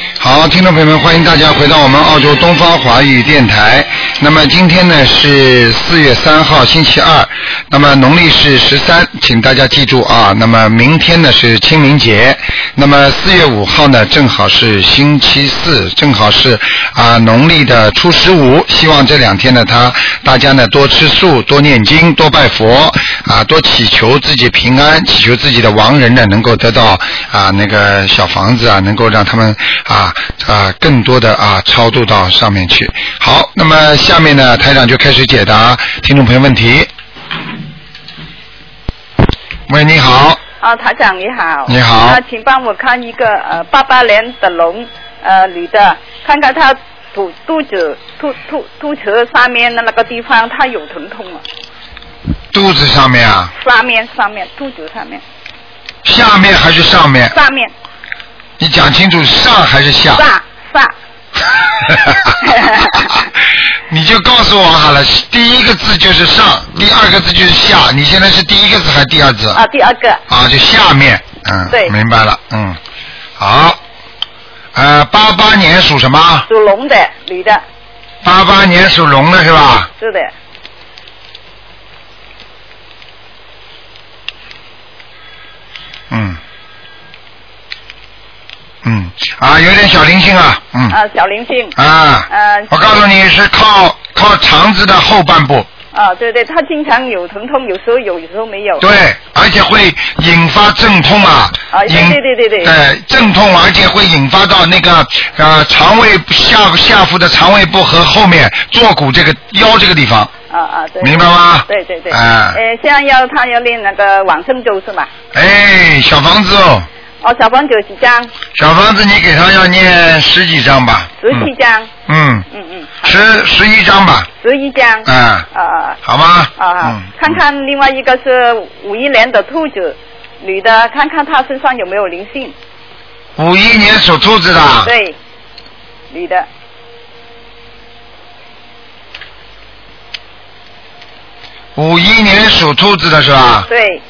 众朋友们，欢迎大家回到我们澳洲东方华语电台。那么今天呢是四月三号，星期二，那么农历是十三，请大家记住啊。那么明天呢是清明节，那么四月五号呢正好是星期四，正好是啊、农历的初十五。希望这两天呢，他大家呢多吃素，多念经，多拜佛啊，多祈求自己平安，祈求自己的亡人呢能够得到啊那个小房子啊，能够让他们啊啊更多的啊超度到上面去。好，那么下面呢，台长就开始解答听众朋友问题。喂，你好，啊，台长你好。你好啊，请帮我看一个呃八八年的龙呃女的，看看她肚肚子肚肚肚脐上面的那个地方，她有疼痛吗？肚子上面啊，上面上面肚子上面下面还是上面？上面你讲清楚，上还是下？上上 你就告诉我好了，第一个字就是上，第二个字就是下。你现在是第一个字还是第二字？啊，第二个啊，就下面，嗯，对明白了，嗯，好，呃，八八年属什么？属龙的女的，八八年属龙的是吧？是的，嗯，嗯，啊，有点小灵性啊，嗯，啊，小灵性，啊，呃我告诉你是靠靠肠子的后半部，啊，对对，她经常有疼痛，有时候有，有时候没有。对，而且会引发阵痛啊，啊对引呃对对对对阵痛，而且会引发到那个呃肠胃下下腹的肠胃部和后面坐骨这个腰这个地方，啊啊，对。明白吗？对对对。啊呃，现在要她要练那个往生咒是吧？哎，小房子哦，哦，小房九几张，小房子你给他要念十几张吧，十七张，嗯，嗯嗯，好十十一张吧，十一张，啊、啊好吗？啊嗯，，看看另外一个是五一年的兔子，女的，看看她身上有没有灵性，五一年属兔子的，，嗯啊对，女的，五一年属兔子的是吧？对，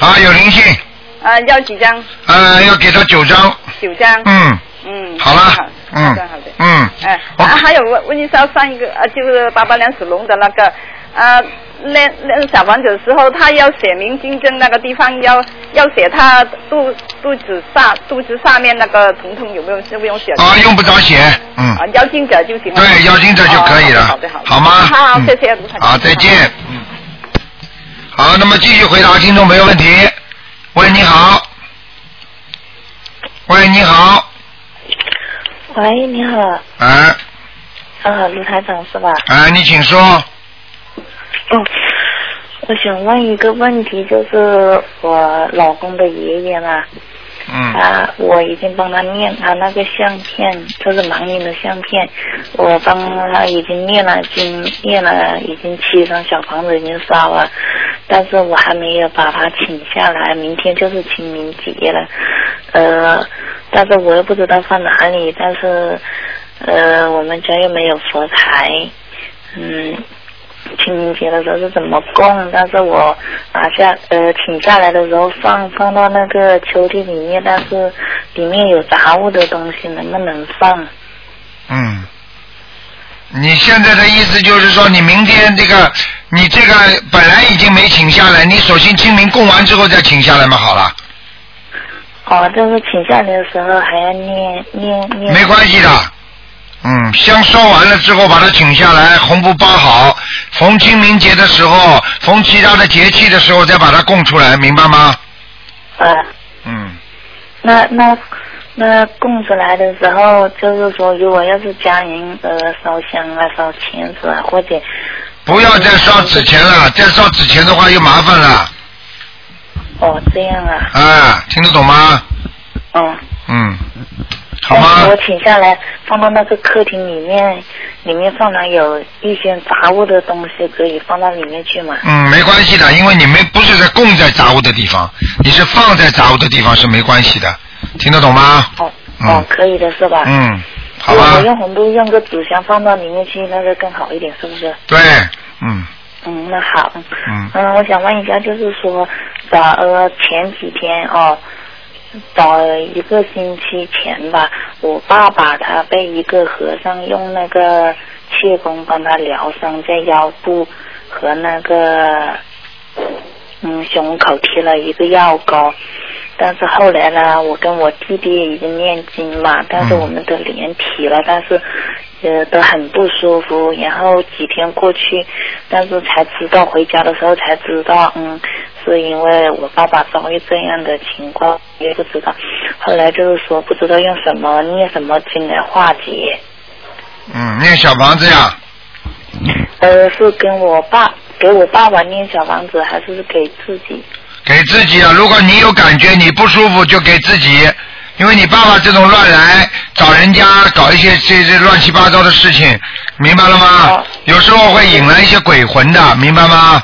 啊，有灵性，啊，要几张？呃，要给他九张，九张，嗯。嗯，好了，好嗯的好的，，嗯，哎，我啊，还有问问一下上一个呃，就是八八年属龙的那个，呃，那那小房子的时候，他要写明经证那个地方要要写他肚肚子下肚子下面那个疼痛有没有是不用写的？啊，用不着写，嗯啊，，邀请者就行了。对，邀请者就可以了，哦好的好的，好吗？好好，嗯谢谢卢台长。好，再见。嗯，好，那么继续回答听众朋友问题。喂，你好。喂，你好。喂，你好，哎啊，卢台长是吧？哎，你请说。嗯，我想问一个问题，就是我老公的爷爷嘛，嗯啊他啊我已经帮他念他那个相片，就是盲人的相片，我帮他已经念了，已经念了，已经七张小房子已经烧了，但是我还没有把他请下来，明天就是清明节了，呃，但是我又不知道放哪里，但是呃，我们家又没有佛台，嗯，清明节的时候是怎么供，但是我拿下呃请下来的时候放放到那个抽屉里面，但是里面有杂物的东西，能不能放？嗯。你现在的意思就是说，你明天这个，你这个本来已经没请下来，你索性清明供完之后再请下来嘛，好了。哦，就是请下来的时候还要念念念。没关系的。嗯，香烧完了之后把它请下来，红布包好，逢清明节的时候，逢其他的节气的时候再把它供出来，明白吗？呃，嗯，那那那供出来的时候，就是说如果要是家人呃烧香啊、烧钱纸啊，或者不要再烧纸钱了，再烧纸钱的话又麻烦了，哦这样啊，啊，听得懂吗？嗯。嗯，好吗我？请下来放到那个客厅里面，里面放了有一些杂物的东西，可以放到里面去嘛？嗯，没关系的，因为你们不是在供在杂物的地方，你是放在杂物的地方是没关系的，听得懂吗？哦、嗯哦，可以的是吧？嗯，好我吧我，用红布用个纸箱放到里面去，那个更好一点，是不是？对，嗯嗯，那好。嗯嗯，我想问一下，就是说，早呃前几天哦，早一个星期前吧，我爸爸他被一个和尚用那个气功帮他疗伤，在腰部和那个嗯胸口贴了一个药膏。但是后来呢，我跟我弟弟已经念经嘛，但是我们都连体了，但是呃都很不舒服。然后几天过去，但是才知道回家的时候才知道，嗯，是因为我爸爸遭遇这样的情况，也不知道。后来就是说不知道用什么念什么经来化解。嗯，念小房子呀，呃，是跟我爸给我爸爸念小房子，还是给自己？给自己啊。如果你有感觉你不舒服，就给自己，因为你爸爸这种乱来，找人家搞一些这这乱七八糟的事情，明白了吗哦？有时候会引来一些鬼魂的，明白吗？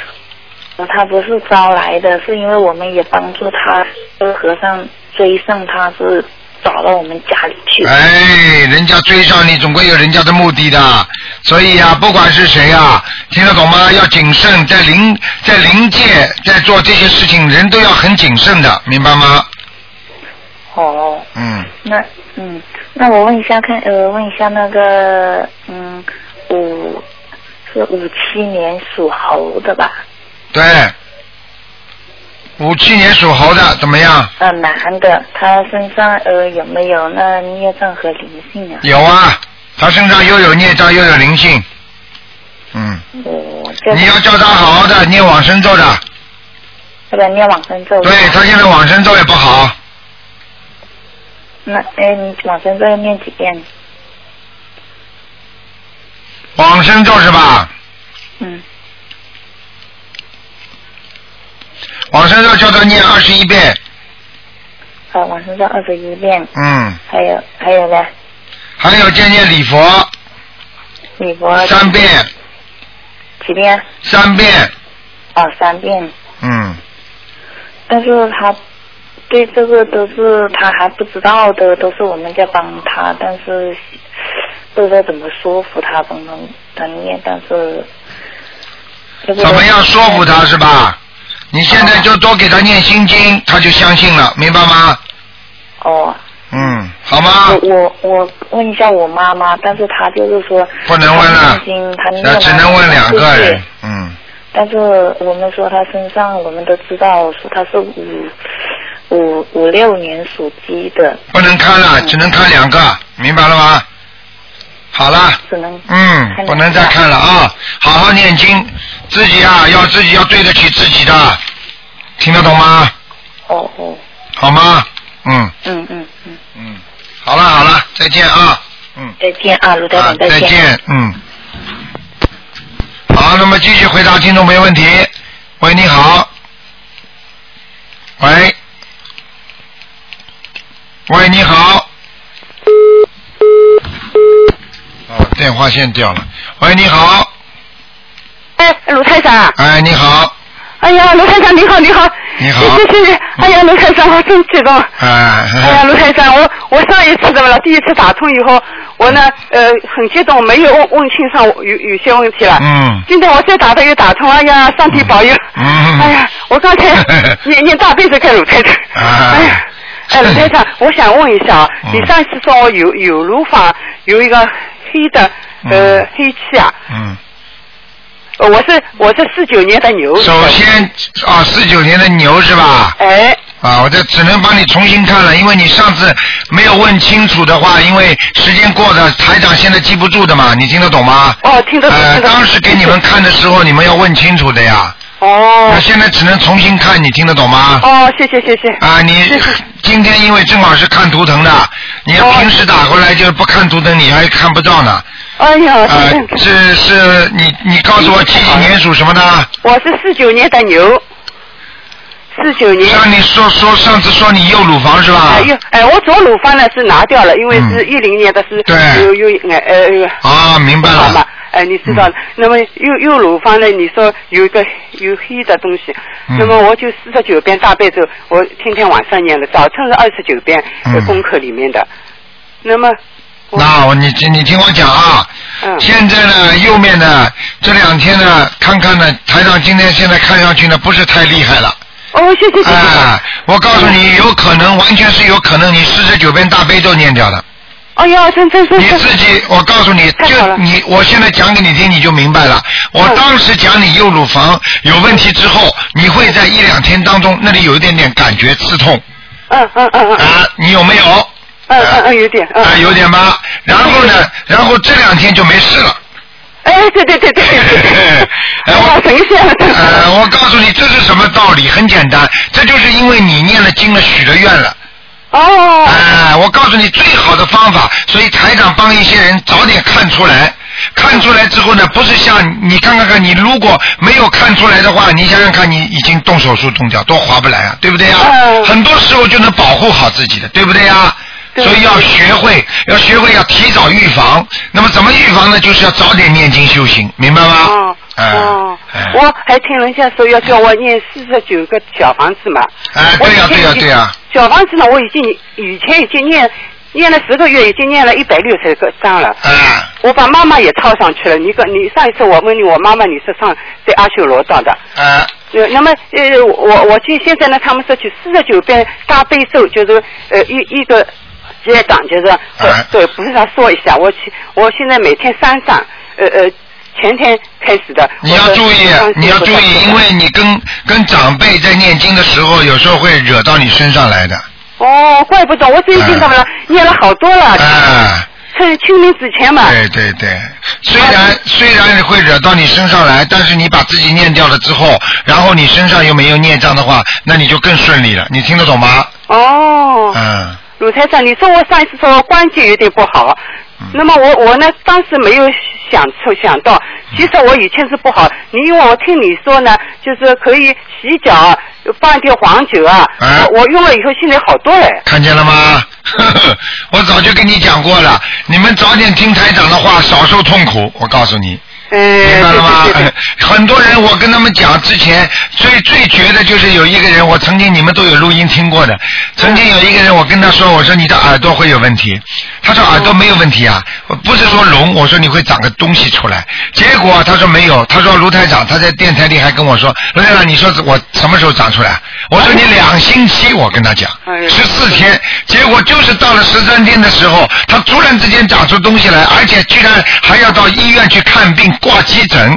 他不是招来的，是因为我们也帮助他，这和尚追上他是找到我们家里去。哎，人家追上你，总归有人家的目的的。所以啊，不管是谁啊，听得懂吗？要谨慎，在灵在灵界，在做这些事情，人都要很谨慎的，明白吗？哦，嗯，那嗯，那我问一下看，呃，问一下那个，嗯，五是五七年属猴的吧？对。五七年属猴的怎么样？呃，男的，他身上呃有没有那孽障和灵性啊？有啊，他身上又有孽障，又有灵性。嗯，我叫你要叫他好好的念往生咒的。这个念往生咒。对他现在往生咒也不好，那哎，你往生咒要念几遍？往生咒是吧？嗯，往生咒叫他念二十一遍。好，呃往生咒二十一遍，嗯，还有还有呢，还有念念礼佛礼佛三遍，几遍？三遍。哦，三遍。嗯，但是他对这个都是他还不知道的，都是我们在帮他，但是不知道怎么说服他，帮他他念，但是怎么样说服他是？吧？你现在就多给他念心经，他就相信了，明白吗？哦，嗯，好吗？我我我问一下我妈妈，但是她就是说不能问了她念经她念那完只能问两个对人。嗯，但是我们说他身上，我们都知道说他是五五五六年属鸡的，不能看了，嗯只能看两个，明白了吗？好了。只能嗯，不能再看了啊！好好念经，自己啊要自己要对得起自己的，听得懂吗？哦哦，好吗？嗯嗯嗯嗯，嗯，好了好了，再见啊！嗯，再见啊，卢台啊长，再见，嗯。好，那么继续回答听众没问题。喂，你好。喂。喂，你好。哦，电话线掉了。喂，你好。哎，卢台长，哎，你好，哎呀，卢台长你好，你好，你好谢谢谢谢，哎呀，卢台长，我真激动。哎呀，哎，卢台长，我我上一次怎么了？第一次打通以后，我呢，呃，很激动，没有问问清上有有些问题了。嗯， 今天我再打的又打通，哎呀，上帝保佑！嗯哎呀，我刚 才念念大辈子给卢台长。啊哎呀，哎，卢台长，我想问一下啊，嗯你上次说我有有乳房有一个黑的呃嗯黑气啊，嗯，呃我是我是四九年的牛。首先啊，四九年的牛是吧？哎，啊，我这只能帮你重新看了，因为你上次没有问清楚的话，因为时间过的，台长现在记不住的嘛，你听得懂吗？哦，听得懂，呃，听得懂当时给你们看的时候，你们要问清楚的呀。哦那现在只能重新看，你听得懂吗？哦，谢谢谢谢。啊，你今天因为正好是看图腾的，你要哦平时打过来就是不看图腾，你还看不到呢。哎呀，啊真的，这是你你告诉我几几年属什么的？我是四九年的牛，四九年。像你说说上次说你右乳房是吧哎？呦，哎，我左乳房呢是拿掉了，因为是嗯一零年的是对有有哎呃有啊，明白好嘛了。，嗯哎，你知道的。那么右右乳房呢，你说有一个有黑的东西，嗯那么我就四十九遍大悲咒，我天天晚上念的，早晨是二十九遍呃嗯功课里面的。那么我那我你你听我讲啊，嗯现在呢右面呢这两天呢看看呢台长今天现在看上去呢不是太厉害了，哦，谢谢谢谢。嗯哎，我告诉你，有可能，完全是有可能，你四十九遍大悲咒念掉了。哎呀，真真真你真。自己，我告诉你，太好就了你，我现在讲给你听，你就明白了。我嗯当时讲你右乳房有问题之后，你会在一两天当中那里有一点点感觉刺痛嗯嗯嗯嗯啊，你有没有？嗯嗯嗯，有点嗯。啊，有点吧。然后呢，然后这两天就没事了。哎，对对对对对对。 哎好我神仙了。呃，我告诉你这是什么道理，很简单，这就是因为你念了经了，许了愿了。哦。哎，我告诉你最好的方法，所以台长帮一些人早点看出来。看出来之后呢，不是像你看看看，你如果没有看出来的话，你想想看，你已经动手术动掉，多划不来啊，对不对啊？嗯很多时候就能保护好自己的，对不对啊？对所以要学会，要学会要提早预防。那么怎么预防呢？就是要早点念经修行，明白吗？哦哎哦哎，我还听人家说要叫我念四十九个小房子嘛。哎对呀我以对前呀已经对呀小房子呢，我已经以前已经念念了十个月，已经念了一百六十个章了。哎我把妈妈也套上去了。你个，你上一次我问你，我妈妈你是上在阿修罗道的。哎呃，那么呃，我我现现在呢，他们说去四十九遍大悲咒，就是呃一一个结长，就是、哎呃、对，不是他说一下，我去，我现在每天三上，呃呃，前天开始的。你要我的注意上，次你要我注上意，次因为你跟跟长辈在念经的时候，有时候会惹到你身上来的。哦，怪不得我最近怎么了，念了好多了，啊，趁清明之前嘛。对对对，虽然虽然会惹到你身上来，但是你把自己念掉了之后，然后你身上又没有念障的话，那你就更顺利了。你听得懂吗？哦，嗯，鲁台长，你说我上一次说关节有点不好嗯，那么我我呢当时没有想出想到，嗯其实我以前是不好，你因为我听你说呢，就是可以洗脚啊放一点黄酒啊，哎我我用了以后现在好多了。哎看见了吗？ 我早就跟你讲过了，你们早点听台长的话，少受痛苦。我告诉你。嗯，明白了吗对对对对？ 很多人，我跟他们讲之前，最最绝的就是有一个人，我曾经你们都有录音听过的，曾经有一个人，我跟他说，我说你的耳朵会有问题，他哦说耳朵没有问题啊，我不是说聋，我说你会长个东西出来，结果他说没有，他说卢台长，他在电台里还跟我说，卢台长，你说我什么时候长出来？我说你两星期，我跟他讲哎，呦十四天，结果就是到了十三天的时候，他突然之间长出东西来，而且居然还要到医院去看病挂急诊。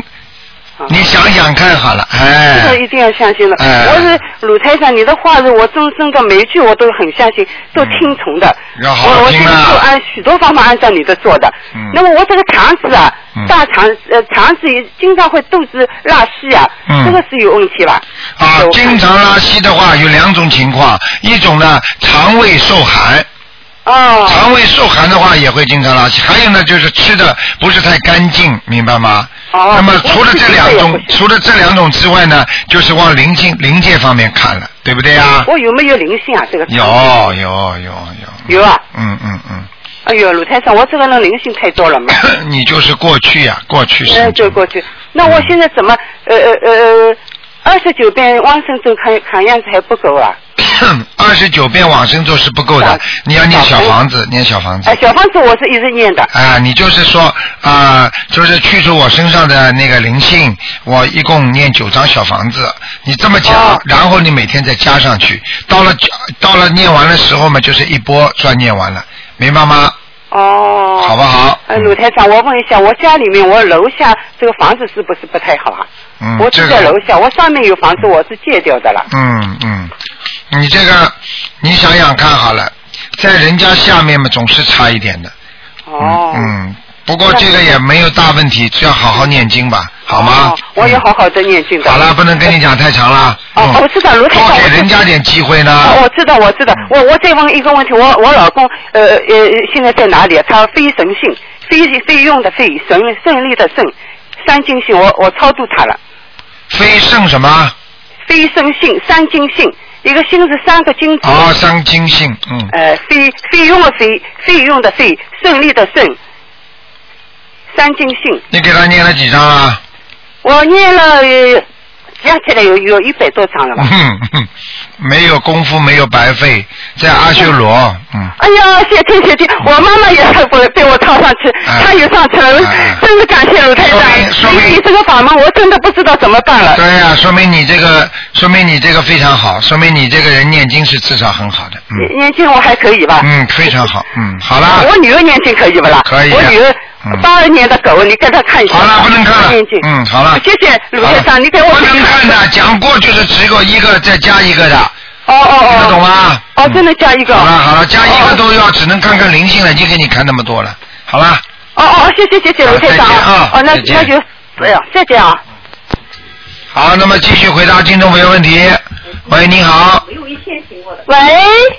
啊你想想看好了，这哎个一，定要相信了。哎我是鲁台长，你的话是我真真的每一句我都很相信，都嗯听从的。要好好我我听现啊在就按许多方法按照你的做的。嗯那么我这个肠子啊，嗯大肠呃肠子也经常会肚子拉稀啊，嗯这个是有问题吧？啊这个，我经常拉稀的话有两种情况，一种呢肠胃受寒，哦肠胃受寒的话也会经常拉稀，还有呢就是吃的不是太干净，明白吗？哦那么除了这两我种自，己除了这两种之外呢，就是往灵性灵界方面看了，对不对啊？我有没有灵性啊？这个有有有有，有啊！嗯嗯嗯。哎呦，鲁台长，我这个人灵性太多 了嘛。你就是过去呀、过去是。哎，对，过去。那我现在怎么呃呃呃呃二十九遍往生咒看看样子还不够啊？二十九遍往生咒是不够的小，你要念小小房子，念小房子。哎，小房子我是一直念的。啊，你就是说啊、就是去除我身上的那个灵性，我一共念九张小房子，你这么讲，哦然后你每天再加上去，到了九到了念完的时候嘛，就是一波算念完了，明白吗？哦，好不好？呃，鲁台长，我问一下，我家里面我楼下这个房子是不是不太好啊？嗯，我这住个在楼下，我上面有房子，我是借掉的了。嗯嗯，你这个你想想看好了，在人家下面嘛，总是差一点的。哦，嗯，嗯不过这个也没有大问题，只要好好念经吧，好吗？哦我也嗯好好的念经的。好了，不能跟你讲太长了。哦嗯哦我知道卢台多长给我知人家点机会呢。哦，我知道，我知道。嗯我我再问一个问题，我我老公呃呃现在在哪里啊？他非神性，非非用的非，神胜利的胜，三金性，我我超度他了。非圣什么？非生性，三金性，一个心是三个金子。哦，伤精性，嗯，呃，费费用的费，费用的费，胜利的胜，三金性。你给他念了几张啊？我念了呃加起来有有一百多张了吧？哼哼嗯没有功夫，没有白费，在阿修罗，嗯，哎呀，谢天谢地，我妈妈也是被被我套上去，哎她也上去了哎，真是感谢卢台说长。明说明没你这个法门，我真的不知道怎么办了。对呀、说明你这个，说明你这个非常好，说明你这个人念经是至少很好的，嗯年轻我还可以吧？嗯，非常好，嗯，好啦，我女儿年轻可以不啦？可以啊我女儿嗯八二年的狗，你给她看一下。好了，不能看了年纪，嗯，好了，谢谢卢好了台长，你给我不看能看的，讲过就是只有一个再加一个的，哦听得懂哦哦。吗？哦，真的加一个。好了哦好了，加一个都要，只能看看灵性了，已经给你看那么多了，好了。哦，谢谢谢谢卢台长好哦，那啊再见啊那再见就哎呀，再见啊。好，那么继续回答听众朋友问题。嗯喂，你好。喂，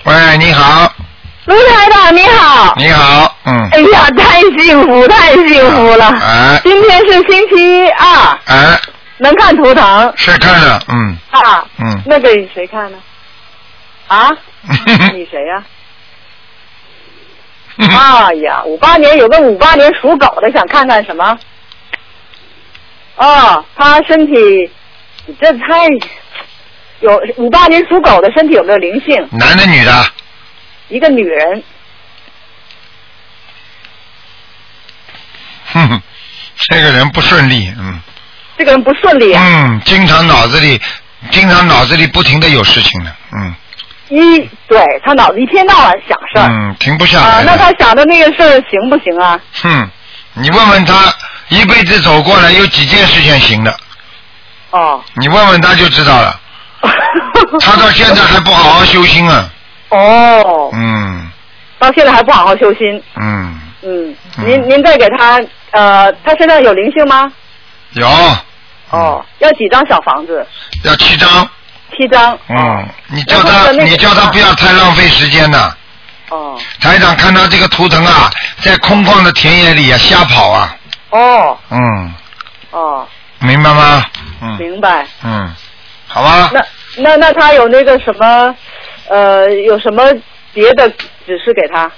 喂，你好，卢台长你好。你好，嗯。哎呀，太幸福，太幸福了！哎今天是星期二，哎，能看图腾是看了，嗯啊？嗯。那个给谁看呢？ 啊？你谁呀、哎呀，五八年有个五八年属狗的，想看看什么？哦，他身体，这太有五八年属狗的身体有没有灵性？男的女的？一个女人，哼哼，这个人不顺利，嗯这个人不顺利啊，嗯，经常脑子里，经常脑子里不停的有事情的，嗯一对他脑子一天到晚想事儿、嗯，停不下啊来，了。那他想的那个事儿行不行啊？哼，你问问他一辈子走过来有几件事情行的，哦，你问问他就知道 了。他到现在还不好好修心啊，哦，嗯到现在还不好好修心，嗯，嗯，嗯您您再给他呃，他身上有灵性吗？有哦，要几张小房子？要七张，七张。嗯，你叫然后他呢那个你叫他不要太浪费时间呐。哦台长看到这个图腾啊，在空旷的田野里啊瞎跑啊，哦嗯，哦，明白吗？嗯明白。嗯，好吧，那那那他有那个什么呃，有什么别的指示给他？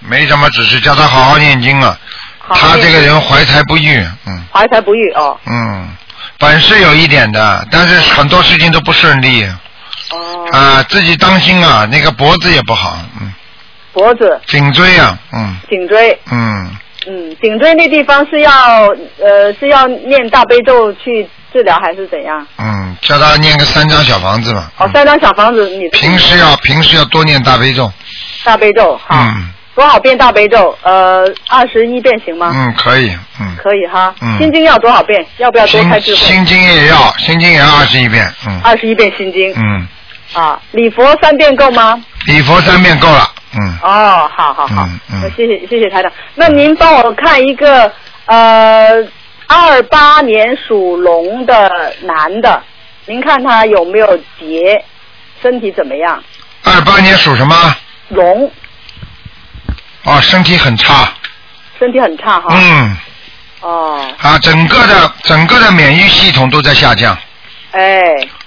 没什么，只是叫他好好念经啊。好他这个人怀才不遇，嗯。怀才不遇哦嗯，本是有一点的，但是很多事情都不顺利啊、哦，自己当心啊，那个脖子也不好，嗯，脖子、颈椎啊，嗯颈椎，嗯，嗯，颈椎那地方是要呃是要念大悲咒去治疗还是怎样？嗯，叫他念个三张小房子吧。哦嗯，三张小房子，你平时要平时要多念大悲咒，大悲咒好、嗯多少遍大悲咒？呃，二十一遍行吗？嗯，可以，嗯，可以哈。嗯心经要多少遍？要不要多开心智慧？心经也要，心经也要二十一遍，嗯二十一遍心经、嗯，啊，礼佛三遍够吗？礼佛三遍够了，嗯，哦，好好好嗯，嗯那谢谢谢谢台长。那您帮我看一个呃二八年属龙的男的，您看他有没有结，身体怎么样？二八年属什么？龙哦，身体很差，身体很差哈。嗯，哦，啊，整个的整个的免疫系统都在下降。哎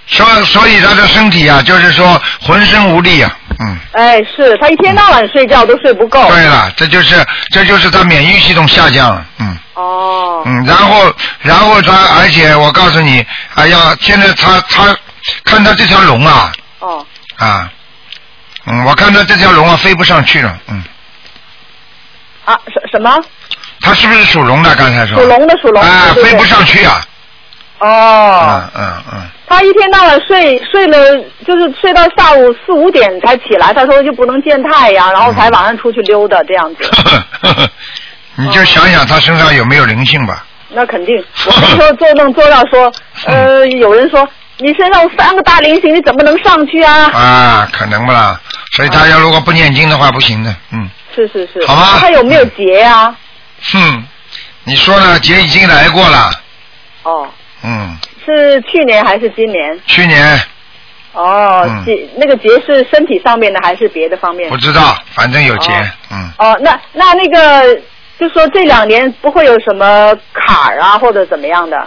所所以他的身体啊，就是说浑身无力啊，嗯，哎，是他一天到晚睡觉都睡不够。对了，这就是这就是他免疫系统下降了，嗯哦，嗯，然后然后他，而且我告诉你，哎呀，现在他他看他这条龙啊哦，啊，嗯，我看他这条龙啊飞不上去了，嗯，啊什什么？他是不是属龙的？刚才说属龙的属龙的啊，对对飞不上去啊，哦，嗯嗯嗯，他一天到晚睡睡了，就是睡到下午四五点才起来。他说就不能见太阳，然后才晚上出去溜达这样 子。嗯你就想想他身上有没有灵性吧，那肯定，我那时候做梦做到说，呃，有人说你身上有三个大菱形，你怎么能上去啊？啊，可能不啦，所以他要如果不念经的话不行的，嗯。是是是，好吧他有没有结啊？哼，你说呢？姐已经来过了，嗯哦，嗯，是去年还是今年？去年哦嗯，结、那个结是身体上面的还是别的方面不？知道，反正有节，嗯，哦，那那那个就说这两年不会有什么坎儿啊，或者怎么样的？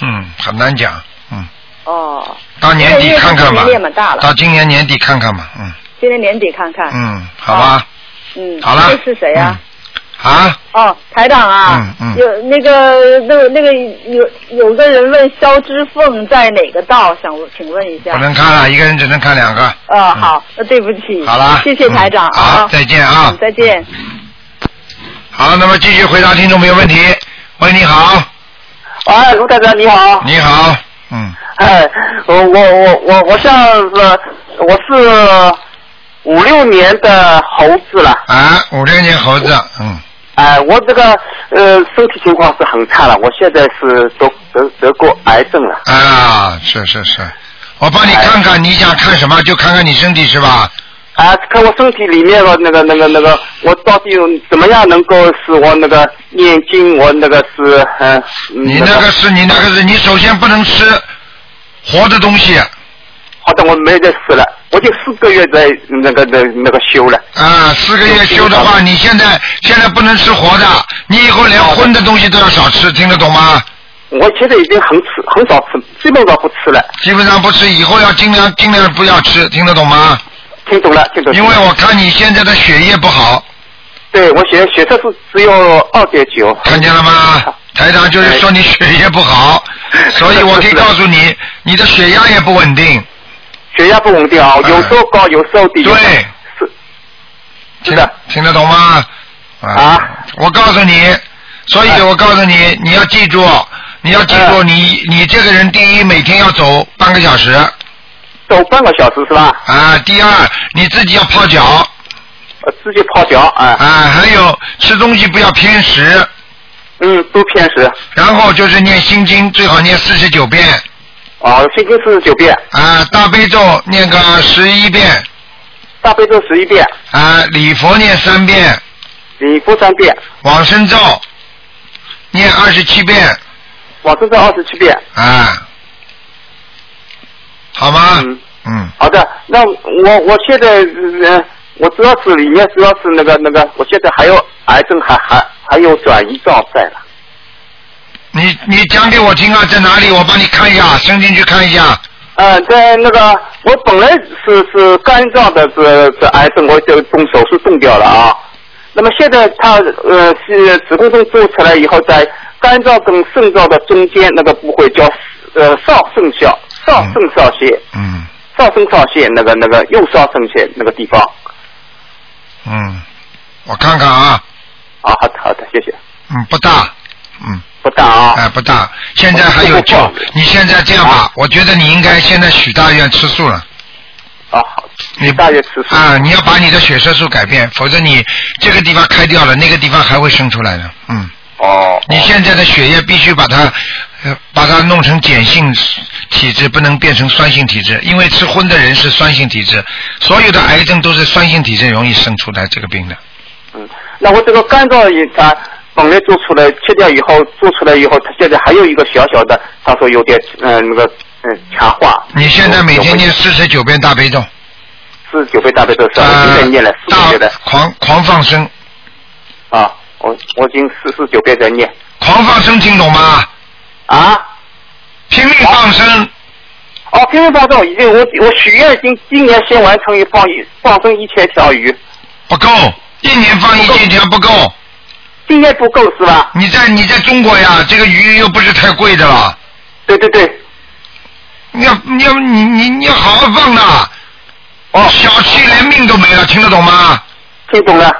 哼，很难讲，嗯，哦，到年底看看吧这个月份年纪也蛮大，了啊到今年年底看看吧，嗯今年年底看看。嗯，好吧，嗯，好了，这是谁呀、嗯啊啊，哦，台长啊，嗯嗯有那个那个那个有有个人问肖之凤在哪个道，想问请问一不下。能看了，一个人只能看两个。呃，好，那对不起。好啦谢谢台长嗯好啊。再见啊嗯再见。好，那么继续回答听众朋友问题。喂，你好，嗯啊，嗯卢台长你好，你好，嗯，哎，我我我我我像是我是五六年的猴子了，啊，五六年猴子，嗯，哎，我这个呃身体情况是很差了，我现在是得得得过癌症了，啊，是是是，我帮你看看，你想看什么就看看你身体是吧？啊，看我身体里面的那个那个那个，我到底有怎么样能够使我那个念经，我那个是嗯、你那个是你那个是你首先不能吃活的东西啊好的，我没得吃了，我就四个月在那个那那个修了。啊，四个月休的话，你现在现在不能吃活的，你以后连荤的东西都要少吃，听得懂吗？我现在已经很吃很少吃，基本上不吃了。基本上不吃，以后要尽量尽量不要吃，听得懂吗？听懂了，听懂了。因为我看你现在的血液不好，对我血血色素只有二点九。看见了吗？台长就是说你血液不好， 所以我可以告诉你，你的血压也不稳定。血压不稳定啊，哎有时候高，有时候低。对是听是的听得懂吗？啊，我告诉你，所以哎我告诉你，你要记住，你要记住，你你这个人第一每天要走半个小时走半个小时是吧？啊，第二你自己要泡脚呃自己泡脚啊，啊，还有吃东西不要偏食，嗯，都偏食。然后就是念心经，最好念四十九遍哦，心经四十九遍，啊，大悲咒念个十一遍大悲咒十一遍，啊，礼佛念三遍，礼佛三遍，往生咒念二十七遍往生咒二十七遍。啊，好吗？嗯嗯，好的，那我我现在呃，我主要是里面主要是那个那个，我现在还有癌症，还还还有转移障在了。你你讲给我听啊，在哪里？我帮你看一下，伸进去看一下。呃，在那个我本来是是肝脏的这这癌症，我就动手术动掉了啊。那么现在它呃是子宫颈做出来以后，在肝脏跟肾脏的中间那个部位叫呃上肾小上肾上腺嗯上肾上腺那个那个右上肾腺那个地方嗯，我看看啊，啊。好的好的，谢谢。嗯，不大，嗯，不大啊。哦哎，不大。现在还有救不不啊不。你现在这样吧，我觉得你应该现在许大愿吃素了。啊好，你大约吃素啊，你要把你的血色素改变，否则你这个地方开掉了，那个地方还会生出来的。嗯，哦。你现在的血液必须把它，呃把它弄成碱性体质，不能变成酸性体质，因为吃荤的人是酸性体质，所有的癌症都是酸性体质容易生出来这个病的。嗯，那我这个肝脏也它本来做出来切掉以后做出来以后，它现在还有一个小小的，他说有点嗯、呃那个嗯、强化。你现在每天念四十九遍大悲咒，四十九杯大悲咒是吧？我啊现在念了四十九大的狂狂放生，啊，我我已经四十九杯在念狂放生听懂吗？啊。拼命放生，哦，拼命放纵已经我我许愿已经今年先完成一放一放生一千条鱼，不够，一年放一千条不够。今年不够是吧？你在你在中国呀，这个鱼又不是太贵的了，对对对，你要你要你你你要好好放的，哦，小气连命都没了，听得懂吗？听懂了，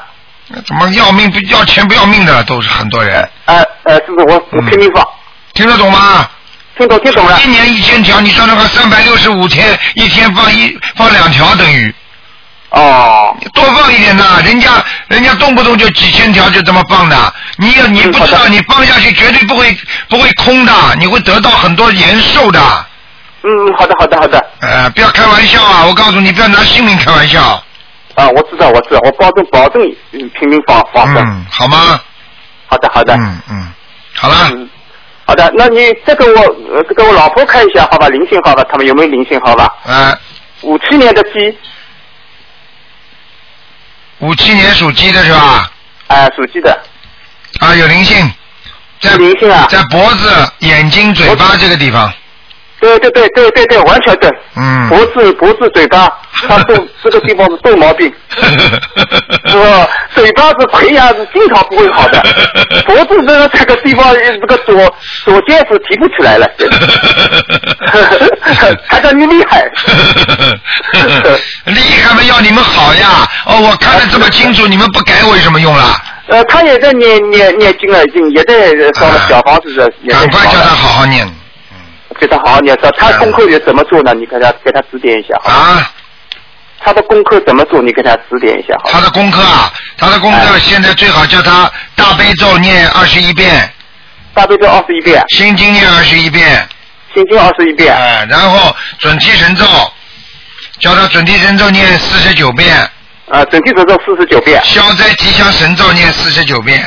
那怎么要命不要钱不要命的了，都是很多人，呃呃，是不是我我嗯拼命放？听得懂吗？听懂听懂了一，年一千条，你算算看，三百六十五天，一天放一放两条等于。哦，多放一点呐，人家人家动不动就几千条就这么放的，你也你不知嗯好道，的你放下去绝对不会不会空的，你会得到很多延寿的。嗯，好的好的好的，呃，不要开玩笑啊！我告诉你，不要拿性命开玩笑。啊，我知道，我知道，我保证保证嗯平民放放生。嗯，好吗？好的，好的。嗯嗯，好啦，嗯好的，那你再给我呃给我老婆看一下，好吧？灵性好吧？他们有没有灵性好吧？呃，五七年的鸡，五七年属鸡的是吧？哎、属鸡的，啊，有灵性，在有灵性啊在脖子、眼睛、嘴脖巴子这个地方，对对对对对对，完全对，嗯， 不是不是嘴巴，他动这个地方是动毛 病，是吧？嘴巴是培养是经常不会好 的，脖子这个这个地方这个左左肩是提不起来 了， 台长你厉害，厉害嘛，要你们好呀！哦，我看得这么清楚，你们不改我有什么用啦？呃，他也在念念念经了，已经也在烧了小房子的，也在赶快烧叫了他好好念哦给他好好念，说他功课也怎么做呢？你给他给他指点一下好吧。嗯啊！他的功课怎么做？你给他指点一下好吧。他的功课啊，他的功课哎现在最好叫他大悲咒念二十一遍，大悲咒二十一遍，心经念二十一遍，心经二十一遍，哎，然后准提神咒，叫他准提神咒念四十九遍，啊，整体神咒四十九遍，消灾吉祥神咒念四十九遍，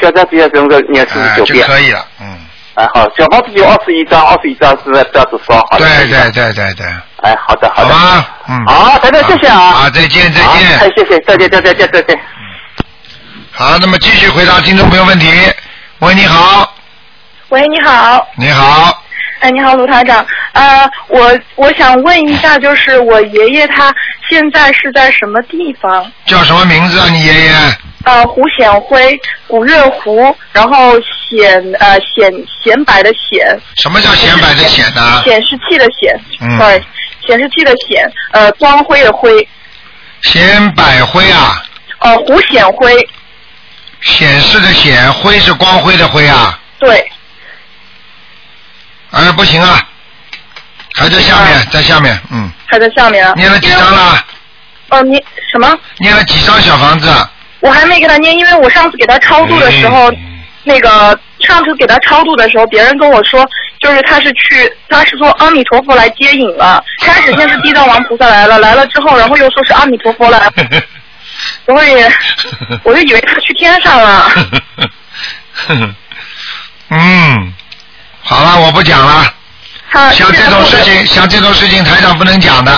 消灾吉祥神咒念四哎十九就遍。可以了，嗯，哎，好，小房子有二十一张，二十一张是在这样子说好的。对对。对对对，哎，好的好的。吧，嗯，好，台长谢谢啊。啊，再见再好哎见，谢谢，再见再见再见再见。好，那么继续回答听众朋友问题。喂，你好，喂，你好，你好，哎，你好，卢台长，呃，我我想问一下，就是我爷爷他现在是在什么地方？叫什么名字啊？你爷爷？呃，胡显辉，古月胡，然后显呃显显摆的显，什么叫显摆的显呢、显示器的显、啊嗯 s o r r y 显示器的显，呃，光辉的辉，显摆辉啊，呃，胡显辉，显示的显，辉是光辉的辉啊。对，哎，不行啊，还在下啊面，在下面，嗯，还在下面啊。念了几张了？哦、你什么？念了几张小房子？啊我还没给他念，因为我上次给他超度的时候，嗯那个上次给他超度的时候，别人跟我说，就是他是去，他是说阿弥陀佛来接引了。开始先是地藏王菩萨来了，来了之后，然后又说是阿弥陀 佛来，然后也，我就以为他去天上了。 嗯，好了，我不讲了。他像这种事，情，像这种事情，台长不能讲的。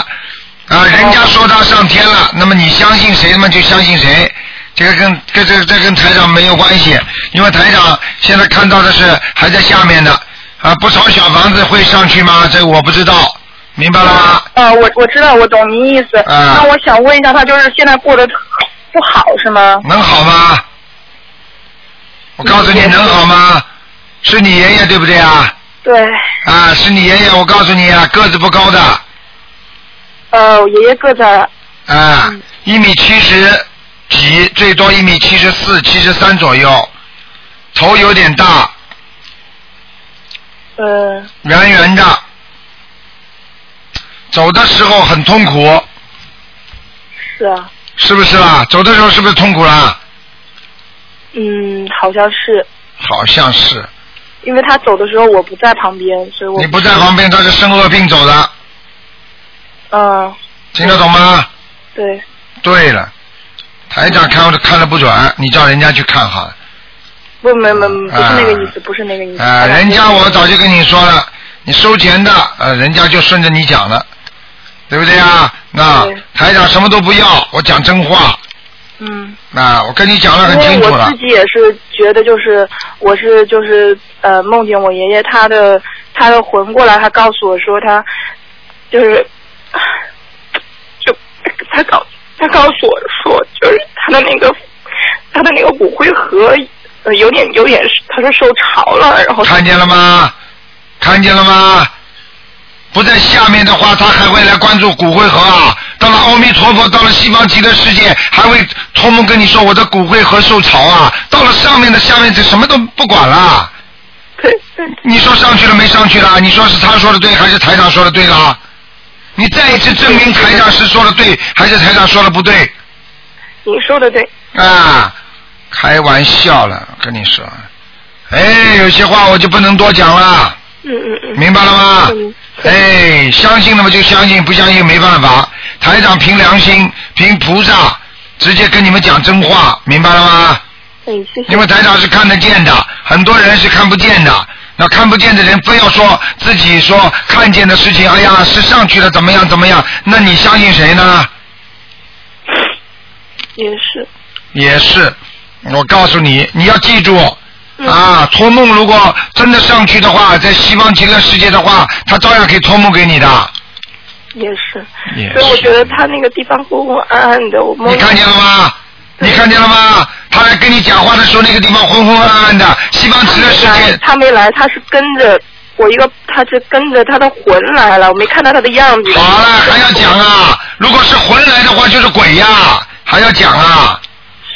啊，人家说他上天了，那么你相信谁，那么就相信谁。这个跟跟这这跟台长没有关系，因为台长现在看到的是还在下面的啊，不炒小房子会上去吗？这我不知道，明白了嗯吗？呃，我我知道，我懂您意思。啊那我想问一下，他就是现在过得不好是吗？能好吗？我告诉你，能好吗？是你爷爷对不对啊？对，啊，是你爷爷，我告诉你啊，个子不高的，呃，我爷爷个子啊，一米七十几，最多一米七十四、七十三左右，头有点大，呃圆圆的，走的时候很痛苦，是啊，是不是啦？走的时候是不是痛苦啦？嗯，好像是。好像是，因为他走的时候我不在旁边，所以我你不在旁边，他是生恶病走的，嗯，听得懂吗？对，对了，台长看看的不准，你叫人家去看好了。不，没没，不是那个意思，啊不是那 个意思。啊、人家我早就跟你说了，你收钱的，呃，人家就顺着你讲了，对不对啊？那嗯对台长什么都不要，我讲真话，嗯，啊，我跟你讲的因很为清楚我了自，己也是觉得，就是我是就是呃，梦见我爷爷他的他的魂过来，他告诉我说他就是 就他告他告诉我说，就是他的那个他的那个骨灰盒呃有点有点，他说受潮了，然后看见了吗？看见了吗？不在下面的话，他还会来关注骨灰盒啊。到了阿弥陀佛，到了西方极乐世界，还会托梦跟你说我的骨灰盒受潮啊。到了上面的下面，这什么都不管了。对对你说上去了没上去了？你说是他说的对还是台长说的对啦？你再一次证明台长是说的对还是台长说的不对你说的对，啊？开玩笑了，跟你说，哎，有些话我就不能多讲了，嗯嗯嗯。明白了吗嗯？哎，相信了嘛就相信，不相信没办法。台长凭良心，凭菩萨，直接跟你们讲真话，明白了吗？哎，谢谢因。为台长是看得见的，很多人是看不见的。那看不见的人非要说自己说看见的事情，哎呀，是上去了，怎么样怎么样？那你相信谁呢？也是，嗯也是，我告诉你，你要记住，嗯啊，托梦如果真的上去的话，在西方极乐世界的话，他照样可以托梦给你的。也是，也所以我觉得他那个地方昏昏暗暗的，我梦你看见了吗？你看见了吗？他来跟你讲话的时候，那个地方昏昏暗暗的，西方极乐世他没来界。他没来，他是跟着我一个，他是跟着他的魂来了，我没看到他的样子。好了，还要讲啊？如果是魂来的话，就是鬼呀、还要讲啊？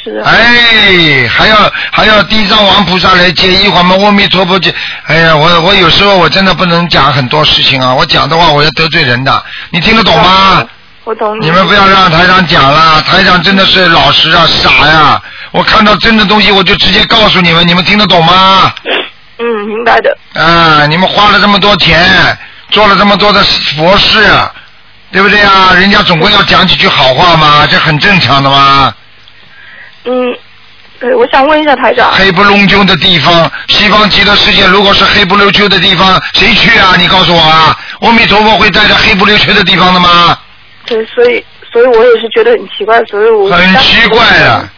是啊，哎，还要还要地藏王菩萨来接一环嘛，阿弥陀佛接。哎呀，我我有时候我真的不能讲很多事情啊，我讲的话我要得罪人的，你听得懂啊吗？我懂你们不要让台长讲了，台长真的是老实啊，傻呀、我看到真的东西我就直接告诉你们，你们听得懂吗？嗯，明白的，啊，你们花了这么多钱，做了这么多的佛事，对不对啊？人家总归要讲几句好话嘛，这很正常的嘛。嗯，对，我想问一下台长，黑不隆秋的地方，西方极乐世界，如果是黑不溜秋的地方，谁去啊？你告诉我啊！阿弥陀佛会带着黑不溜秋的地方的吗？对，所以，所以我也是觉得很奇怪，所以我很奇怪啊的。，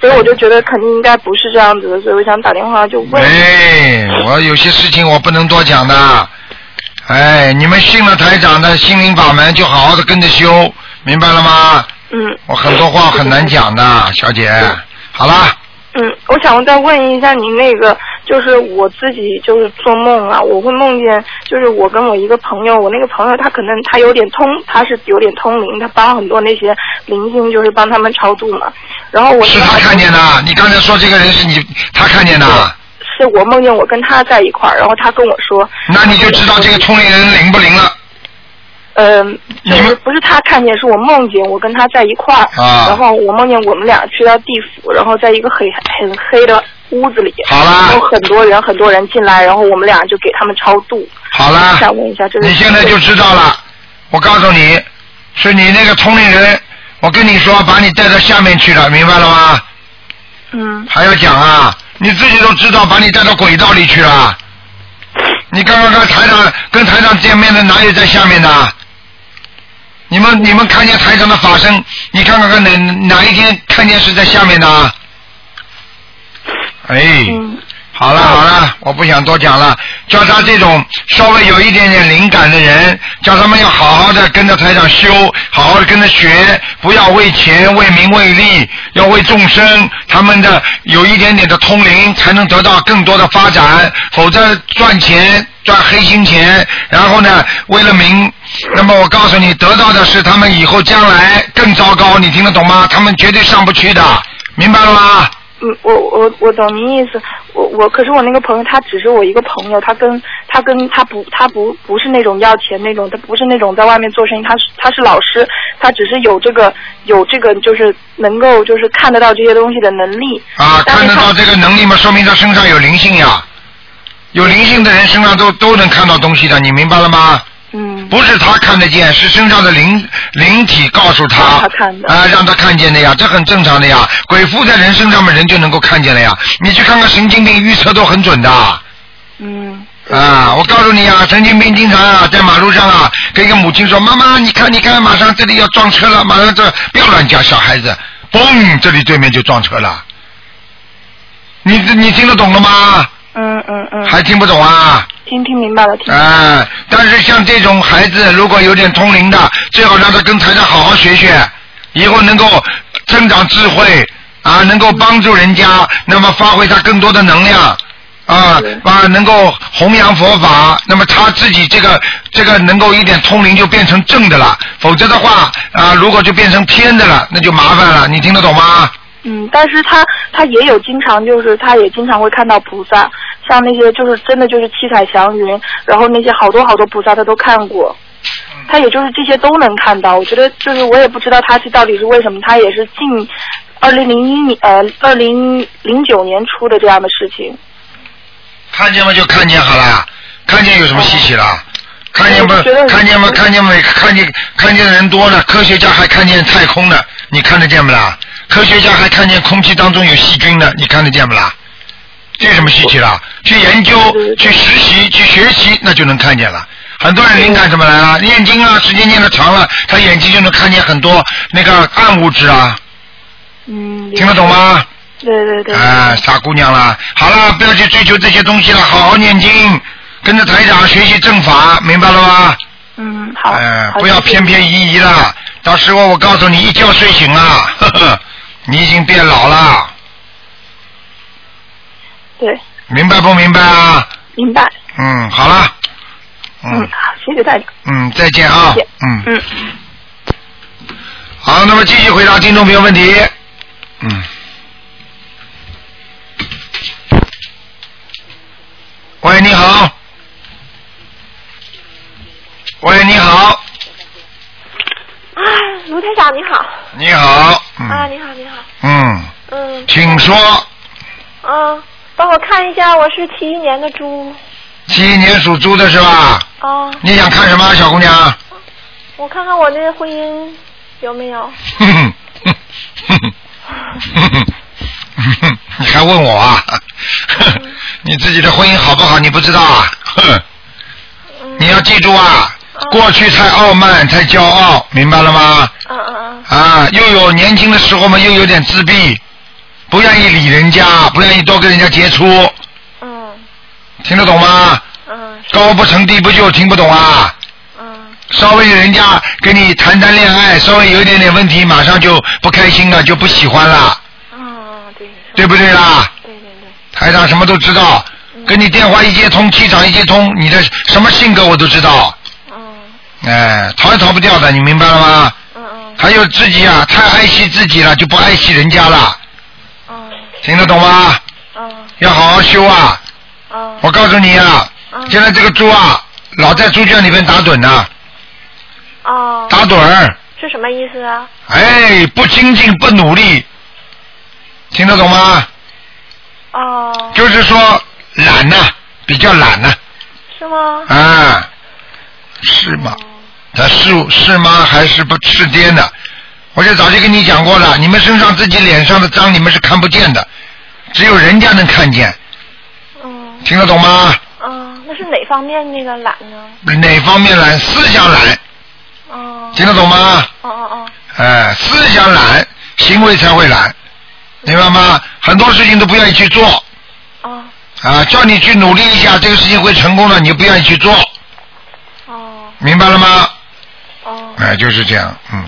所以我就觉得肯定应该不是这样子的，所以我想打电话就问，哎，我有些事情我不能多讲的。哎，你们信了台长的心灵法门，就好好的跟着修，明白了吗？嗯我很多话很难讲的，小姐。好啦，嗯，我想再问一下您那个，就是我自己就是做梦啊，我会梦见，就是我跟我一个朋友，我那个朋友他可能他有点通，他是有点通灵，他帮很多那些灵性，就是帮他们超度嘛。然后我是他看见的。你刚才说这个人是你他看见的，是我梦见我跟他在一块儿，然后他跟我说，那你就知道这个通灵人灵不灵了。嗯、你们不是他看见，是我梦见我跟他在一块儿，啊然后我梦见我们俩去到地府，然后在一个很很黑的屋子里，好啦然后很多人很多人进来，然后我们俩就给他们超度。好啦，想问一下，这是你现在就知道了。我告诉你，是你那个通灵人，我跟你说，把你带到下面去了，明白了吗？嗯还要讲啊？你自己都知道，把你带到轨道里去了。你刚刚跟台长跟台长见面的哪有在下面的？你们你们看见台长的法身，你看看看哪哪一天看见是在下面的啊？哎，嗯好了好了，我不想多讲了。叫他这种稍微有一点点灵感的人，叫他们要好好的跟着台长修，好好的跟着学，不要为钱、为名、为利，要为众生。他们的有一点点的通灵，才能得到更多的发展。否则赚钱赚黑心钱，然后呢，为了名，那么我告诉你，得到的是他们以后将来更糟糕。你听得懂吗？他们绝对上不去的，明白了吗？嗯，我我我懂您意思，我我可是我那个朋友，他只是我一个朋友，他跟他跟他不他不不是那种要钱那种，他不是那种在外面做生意，他是他是老师，他只是有这个有这个就是能够就是看得到这些东西的能力啊，但看是得他到这个能力吗？说明他身上有灵性呀。有灵性的人身上都都能看到东西的，你明白了吗？嗯不是他看得见，是身上的灵灵体告诉他，让啊他看、的让他看见的呀，这很正常的呀。鬼附在人身上面，人就能够看见了呀。你去看看神经病，预测都很准的。嗯啊，我告诉你啊，神经病经常啊在马路上啊跟一个母亲说：“妈妈，你看，你看，马上这里要撞车了，马上这不要乱讲，小孩子，嘣，这里对面就撞车了。”你你听得懂了吗？嗯嗯嗯，还听不懂啊？听听明白了，听、啊，但是像这种孩子，如果有点通灵的，最好让他跟台上好好学学，以后能够增长智慧啊，能够帮助人家，那么发挥他更多的能量啊啊，能够弘扬佛法，那么他自己这个这个能够一点通灵就变成正的了，否则的话啊，如果就变成偏的了，那就麻烦了，你听得懂吗？嗯，但是他他也有经常就是他也经常会看到菩萨，像那些就是真的就是七彩祥云，然后那些好多好多菩萨他都看过，他也就是这些都能看到。我觉得就是我也不知道他是到底是为什么，他也是近二零零一年呃二零零九年出的这样的事情。看见吗？就看见好了，看见有什么稀奇的？看见不我觉得？看见吗？看见没？看见看见的人多了，科学家还看见太空呢，你看得见不啦？科学家还看见空气当中有细菌呢，你看得见不啦？这有什么稀奇的？去研究、去实习、去学习，那就能看见了。很多人灵感怎么来啊？念经啊，时间念的长了，他眼睛就能看见很多那个暗物质啊，嗯，听得懂吗？对对对，啊，傻姑娘啦，好啦，不要去追求这些东西了，好好念经，跟着台长学习正法，明白了吗？嗯，好，嗯，好不要偏，偏移移啦，到时候我告诉你，一觉睡醒啊，呵呵， 你已经变老了，谢谢对，明白不明白啊？明白，嗯，好了，嗯，嗯好，谢谢大家，嗯，再见啊谢谢，嗯，嗯。好，那么继续回答听众朋友问题，嗯。喂，你好。喂，你好，啊，卢台长你好，你好，啊，嗯你好，你好，嗯，嗯，请说，啊，帮我看一下，我是七一年的猪，七一年属猪的是吧？啊，你想看什么，小姑娘？我看看我那婚姻有没有，哼哼哼哼哼你 还问我啊？你自己的婚姻好不好？你不知道啊？ 哼嗯，你要记住啊，过去太傲慢，太骄傲，明白了吗？嗯嗯啊，又有年轻的时候嘛，又有点自闭，不愿意理人家，不愿意多跟人家接触，嗯听得懂吗？嗯高不成低不就，听不懂啊？嗯稍微人家跟你谈谈恋爱，稍微有一点点问题，马上就不开心了，就不喜欢了，嗯，对，你说对不对啦？对对嗯对，台长什么都知道，跟你电话一接通，气场一接通，你的什么性格我都知道，嗯哎，逃也逃不掉的，你明白了吗？嗯嗯还有自己啊，太爱惜自己了，就不爱惜人家了，嗯听得懂吗？嗯要好好修啊！嗯我告诉你啊，现在这个猪啊，老在猪圈里面打盹呢、哦，打盹儿，是什么意思啊？哎，不精进不努力，听得懂吗？哦，就是说懒呐、比较懒呐、是吗？嗯啊，是吗？他是是吗？还是不是颠的？我就早就跟你讲过了，你们身上自己脸上的脏你们是看不见的，只有人家能看见，嗯听得懂吗？嗯，那是哪方面那个懒呢？哪方面懒？思想懒，嗯哦听得懂吗？哦哦哎，思想懒，行为才会懒，明白吗？很多事情都不愿意去做哦哦啊，叫你去努力一下，这个事情会成功的，你就不愿意去做，哦明白了吗？哦。哎，就是这样，嗯，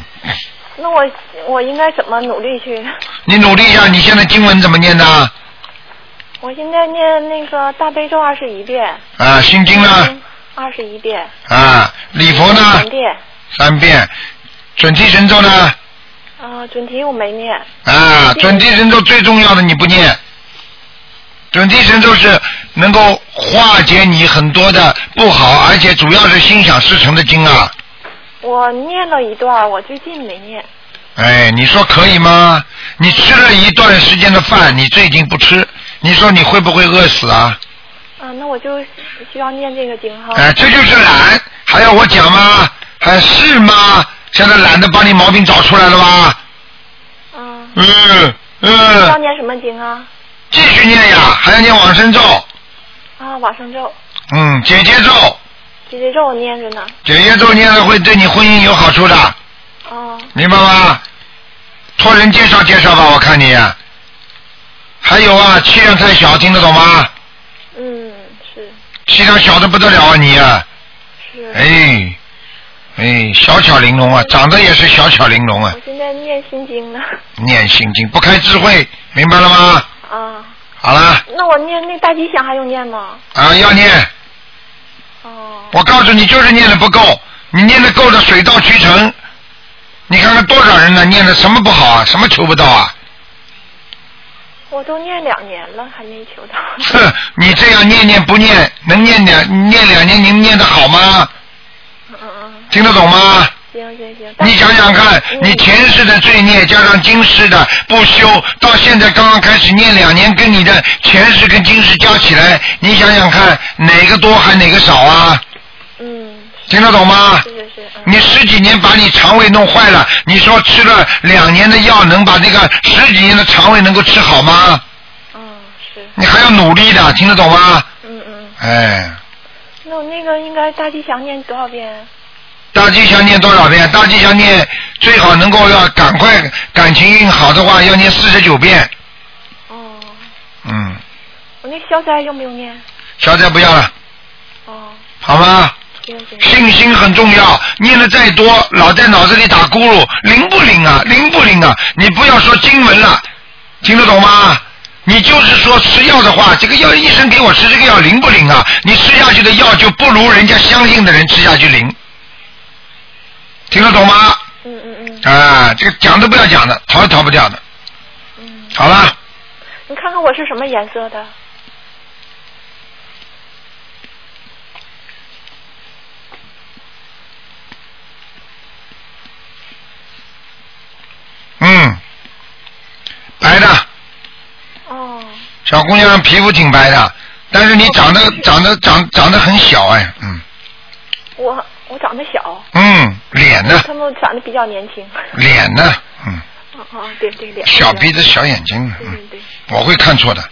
那我我应该怎么努力去？你努力一下，你现在经文怎么念呢？我现在念那个大悲咒二十一遍，嗯啊，心经呢？二十一遍，啊，礼佛呢嗯三？遍。三遍，准提神咒呢？啊、准提我没念。啊，准提神咒最重要的你不念，准提神咒是能够化解你很多的不好，而且主要是心想事成的经啊。我念了一段，我最近没念。哎，你说可以吗？你吃了一段时间的饭，你最近不吃，你说你会不会饿死啊？啊、那我就需要念这个经哈。哎，这就是懒，还要我讲吗？还是吗？现在懒得把你毛病找出来了吧？嗯。嗯需要嗯，念什么经啊？继续念呀，还要念往生咒，啊，往生咒、嗯，姐姐咒，姐姐咒我念着呢。姐姐咒念了会对你婚姻有好处的，哦，明白吗？托人介绍介绍吧，我看你。啊还有啊，气量太小，听得懂吗？嗯，是气量小的不得了啊你啊！是。哎，哎，小巧玲珑啊，长得也是小巧玲珑啊我，现在念心经呢。念心经不开智慧，明白了吗？啊，好了，那我念那大吉祥还用念吗？啊，要念，哦，我告诉你，就是念的不够，你念的够的水到渠成。你看看多少人呢？念的什么不好啊？什么求不到啊？我都念两年了，还没求到。 哼，你这样念念不念，能念两念两年，您念的好吗？嗯嗯。嗯听得懂吗？行行嗯行，你想想看，你前世的罪孽加上今世的不修，到现在刚刚开始念两年，跟你的前世跟今世加起来，你想想看哪个多还哪个少啊？嗯，听得懂吗？是是是，嗯你十几年把你肠胃弄坏了，你说吃了两年的药能把这个十几年的肠胃能够吃好吗？嗯是，你还要努力的，听得懂吗？嗯嗯，哎，那我那个应该大吉祥念多少遍？大吉祥念多少遍？大吉祥念最好能够要赶快感情运好的话，要念四十九遍。嗯那消灾用不用念？消灾不要了，哦，好吗？行行。信心很重要，念的再多，老在脑子里打咕噜，灵不灵啊？灵不灵啊？你不要说经文了，听得懂吗？你就是说吃药的话，这个药医生给我吃这个药灵不灵啊？你吃下去的药就不如人家相信的人吃下去灵，听得懂吗？嗯嗯嗯啊，这个讲都不要讲的，逃也逃不掉的。嗯，好了，你看看我是什么颜色的？嗯，白的哦，小姑娘皮肤挺白的，但是你长得长得长长得很小哎，嗯我我长得小，嗯，脸呢？他们长得比较年轻。脸呢？嗯，哦哦，对对脸。小鼻子小眼睛，对嗯，对嗯对。我会看 错的。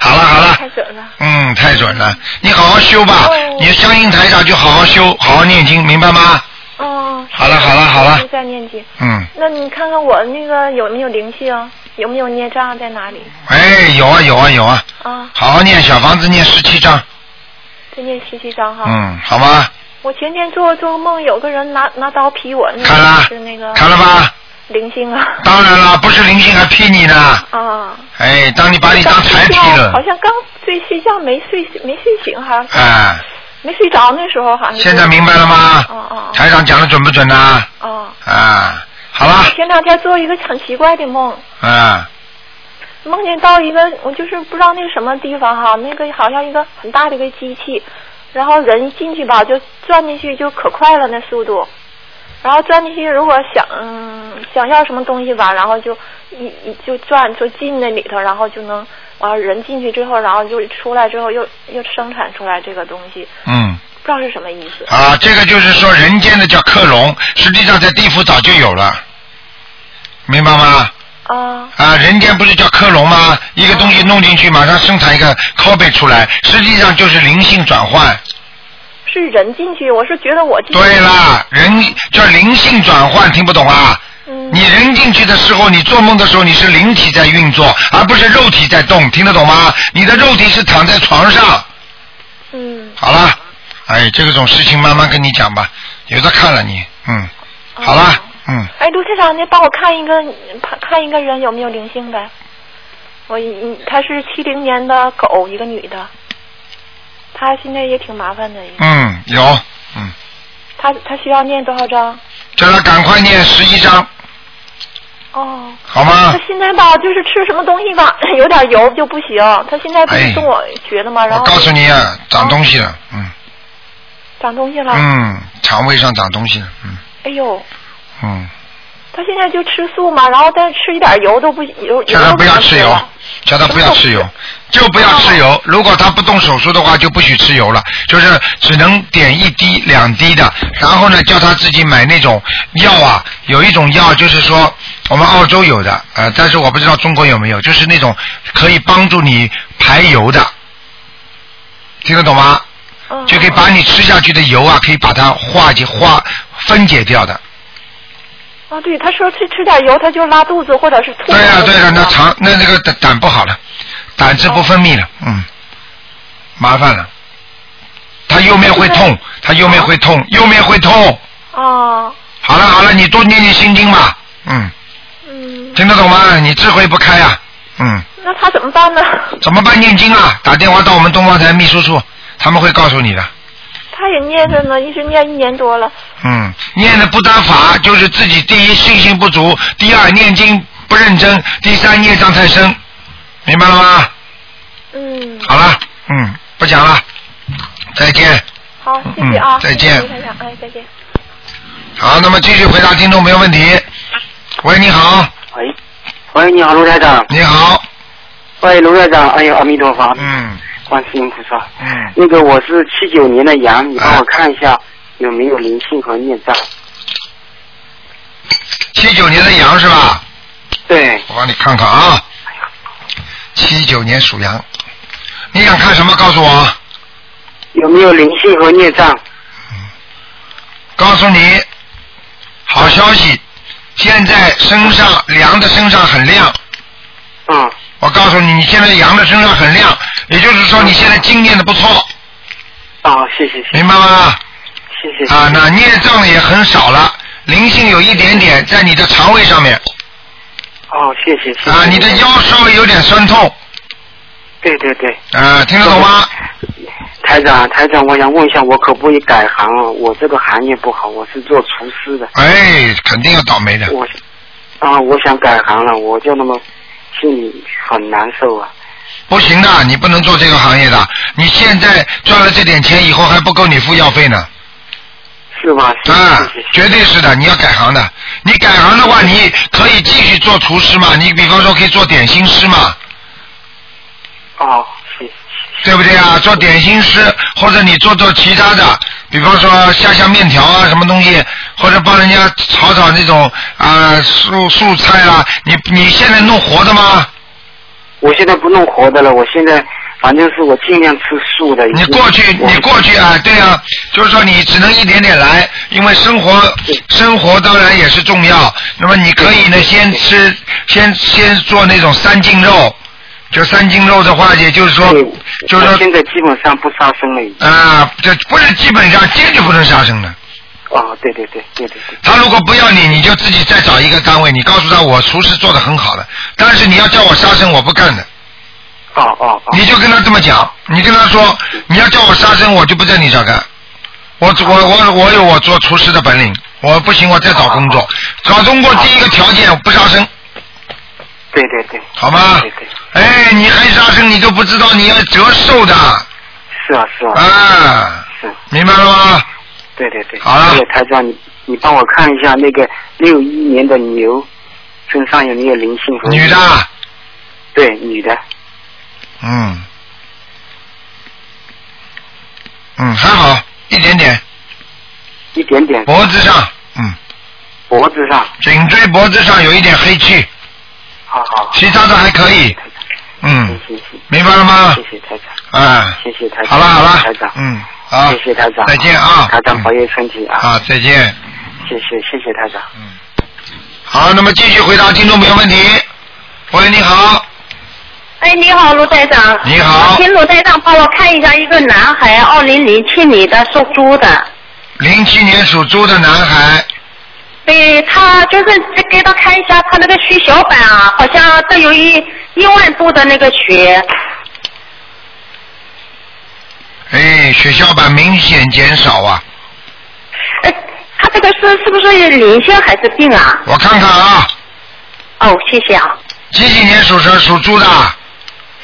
好了好了，太准了。嗯，太准了，你好好修吧哦，你相信台长就好好修，好好念经，明白吗？哦。好了好了好了再念经。嗯，那你看看我那个有没有灵性，有没有孽障在哪里？哎，有啊有啊有啊，啊，好好念小房子念十七章，再念十七章哈。嗯，好吗？我前天做做梦，有个人拿拿刀劈我，那看个了是那个看了吧？灵性啊。当然了，不是灵性还劈你呢，啊。哎，当你把你当柴劈刚睡觉哦好了，像刚睡睡觉没睡没睡醒哈，哎，没睡着那时候好像。现在明白了哦吗哦？台长讲的准不准呢？哦。啊，好了，前两天做一个很奇怪的梦，啊，梦见到一个我就是不知道那个什么地方哈，那个好像一个很大的一个机器，然后人一进去吧就钻进去就可快了那速度，然后钻进去如果想、嗯、想要什么东西吧，然后就一一就转就进那里头，然后就能完了人进去之后，然后就出来之后又又生产出来这个东西，嗯，不知道是什么意思。啊，这个就是说人间的叫克隆，实际上在地府早就有了，明白吗？啊啊，人间不是叫克隆吗？一个东西弄进去，马上生产一个 copy 出来，实际上就是灵性转换。是人进去，我是觉得我进去对，啦，人叫灵性转换，听不懂啊？嗯，你人进去的时候，你做梦的时候，你是灵体在运作，而不是肉体在动，听得懂吗？你的肉体是躺在床上。嗯，好了，哎，这种事情慢慢跟你讲吧，有的看了你，嗯，好了哦，嗯，哎，卢台长，那帮我看一个看看一个人有没有灵性呗？我一她是七零年的狗，一个女的，她现在也挺麻烦的，嗯，有，嗯，她她需要念多少章？叫他赶快念十一章，哦，好吗她？现在吧，就是吃什么东西吧， 有点油就不行。她现在不哎是跟我学的吗？然我后告诉你啊，长东西了，嗯长东西了。嗯，肠胃上长东西了，嗯哎呦，嗯，她现在就吃素嘛，然后但是吃一点油都不油。叫油他都不要能吃油了，叫他不要吃油，就不要吃油。如果他不动手术的话，就不许吃油了，就是只能点一滴、两滴的。然后呢，叫他自己买那种药啊，有一种药就是说我们澳洲有的，呃，但是我不知道中国有没有，就是那种可以帮助你排油的，听得懂吗？嗯就可以把你吃下去的油啊，可以把它化解、化分解掉的。啊，对，她说吃吃点油，她就拉肚子或者是吐。对哎呀、对呀、那肠那那个胆胆不好了，胆汁不分泌了，嗯，麻烦了。他右面会痛，他右面会痛，右面会痛。啊，哦好了好了，你多念念心经吧，嗯，嗯。听得懂吗？你智慧不开啊，嗯，那他怎么办呢？怎么办？念经啊，打电话到我们东方台秘书处，他们会告诉你的。他也念着呢，一直念一年多了。嗯，念的不当法，就是自己第一信心不足，第二念经不认真，第三业障太深，明白了吗？嗯，好了，嗯，不讲了，再见。好，谢谢啊，嗯再见谢谢卢台长，哎，再见。好，那么继续回答听众朋友问题。喂，你好，喂，喂，你好，卢台长。你好，喂，卢台长，哎呦，阿弥陀佛，嗯观世音菩萨。嗯，那个我是七九年的羊，你帮哎我看一下有没有灵性和孽障？七九年的羊是吧？对，我帮你看看啊，七九年属羊，你想看什么？告诉我，有没有灵性和孽障？告诉你，好消息，现在身上羊的身上很亮，嗯，我告诉你，你现在羊的身上很亮，也就是说你现在经念的不错，啊，嗯谢谢谢明白吗？谢谢啊，那孽障也很少了，灵性有一点点在你的肠胃上面哦，谢谢谢谢啊，你的腰稍微有点酸痛对对对，啊，听得懂吗？台长台长，我想问一下，我可不可以改行啊？我这个行业不好，我是做厨师的，哎，肯定要倒霉的。我啊，我想改行了，我就那么心里很难受啊。不行的，你不能做这个行业的。你现在赚了这点钱，以后还不够你付药费呢。是吧？是啊是是，是绝对是的，你要改行的。你改行的话，嗯你可以继续做厨师嘛，你比方说可以做点心师嘛，哦，谢谢对不对啊？做点心师，或者你做做其他的，比方说下下面条啊，什么东西，或者帮人家炒炒那种啊、素素菜啦、你你现在弄活的吗？我现在不弄活的了，我现在反正是我尽量吃素的。已你经过去，我你过去啊，对啊，就是说你只能一点点来，因为生活对生活当然也是重要。那么你可以呢，先吃，先先做那种三斤肉，就三斤肉的话，也就是说对，就是我说现在基本上不杀生了已经。啊，这不是基本上坚决不能杀生的。哦，对对对对对对，他如果不要你，你就自己再找一个单位，你告诉他我厨师做的很好的，但是你要叫我杀生，我不干的。哦哦哦，你就跟他这么讲，你跟他说，你要叫我杀生，我就不在你这儿干。我我我我有我做厨师的本领，我不行，我再找工作。找工作第一个条件不杀生，对对对，好吗对对，？哎，你还杀生，你都不知道你要折寿的是啊是啊，啊！是，明白了吗？对对对。好了那个台长，你你帮我看一下那个六一年的牛身上有没有灵性和？女的，对，女的，嗯，嗯，还好一点点，一点点，脖子上，嗯，脖子上，颈椎脖子上有一点黑气，好好，其他的还可以，嗯，谢谢谢明白了吗谢？谢台长。啊，谢谢台长好了好了，台长嗯，好，谢谢台长，再见啊，台长保佑身体啊，啊，再见。谢谢谢谢台长。好，那么继续回答听众朋友问题。喂，你好，哎，你好，卢台长。你好请卢台长帮我看一下一个男孩，二零零七年的属猪的。零七年属猪的男孩，对他就是给他看一下他那个血小板啊，好像都有一一万多的那个血。哎，血小板明显减少啊，呃，他这个是是不是灵性还是病啊？我看看啊，哦，谢谢啊。几几年属蛇属猪的？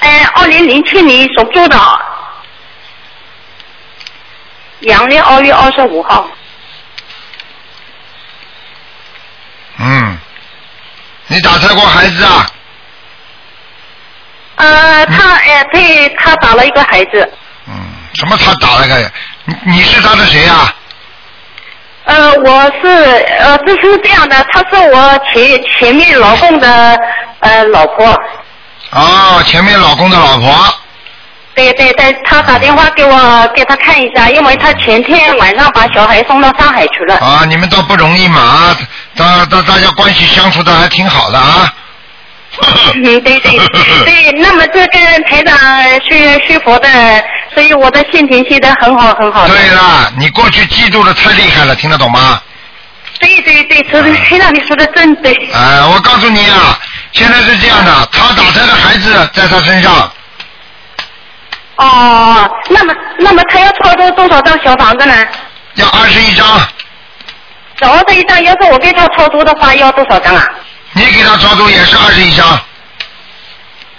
哎，二零零七年属猪的，阳历二月二十五号。嗯，你打胎过孩子啊？呃，他哎，对他打了一个孩子。嗯，什么他打了个？你你是他的谁呀、啊？呃，我是呃，这是这样的，她是我前前面老公的呃老婆，哦，前面老公的老婆。对对对，她打电话给我给她看一下，因为她前天晚上把小孩送到上海去了。啊，你们倒不容易嘛，大大大家关系相处的还挺好的啊。嗯， 对对对，那么这跟台长学学佛的，所以我的心情现在很好很好的。对了，你过去记住的太厉害了，听得懂吗？对对对，说的台长你说的真对。哎、我告诉你啊，现在是这样的，他打胎的孩子在他身上，哦，那么那么他要操作多少张小房子呢？要二十一张，主要这一张，要是我给他操作的话，要多少张啊？你给他超度也是二十一张。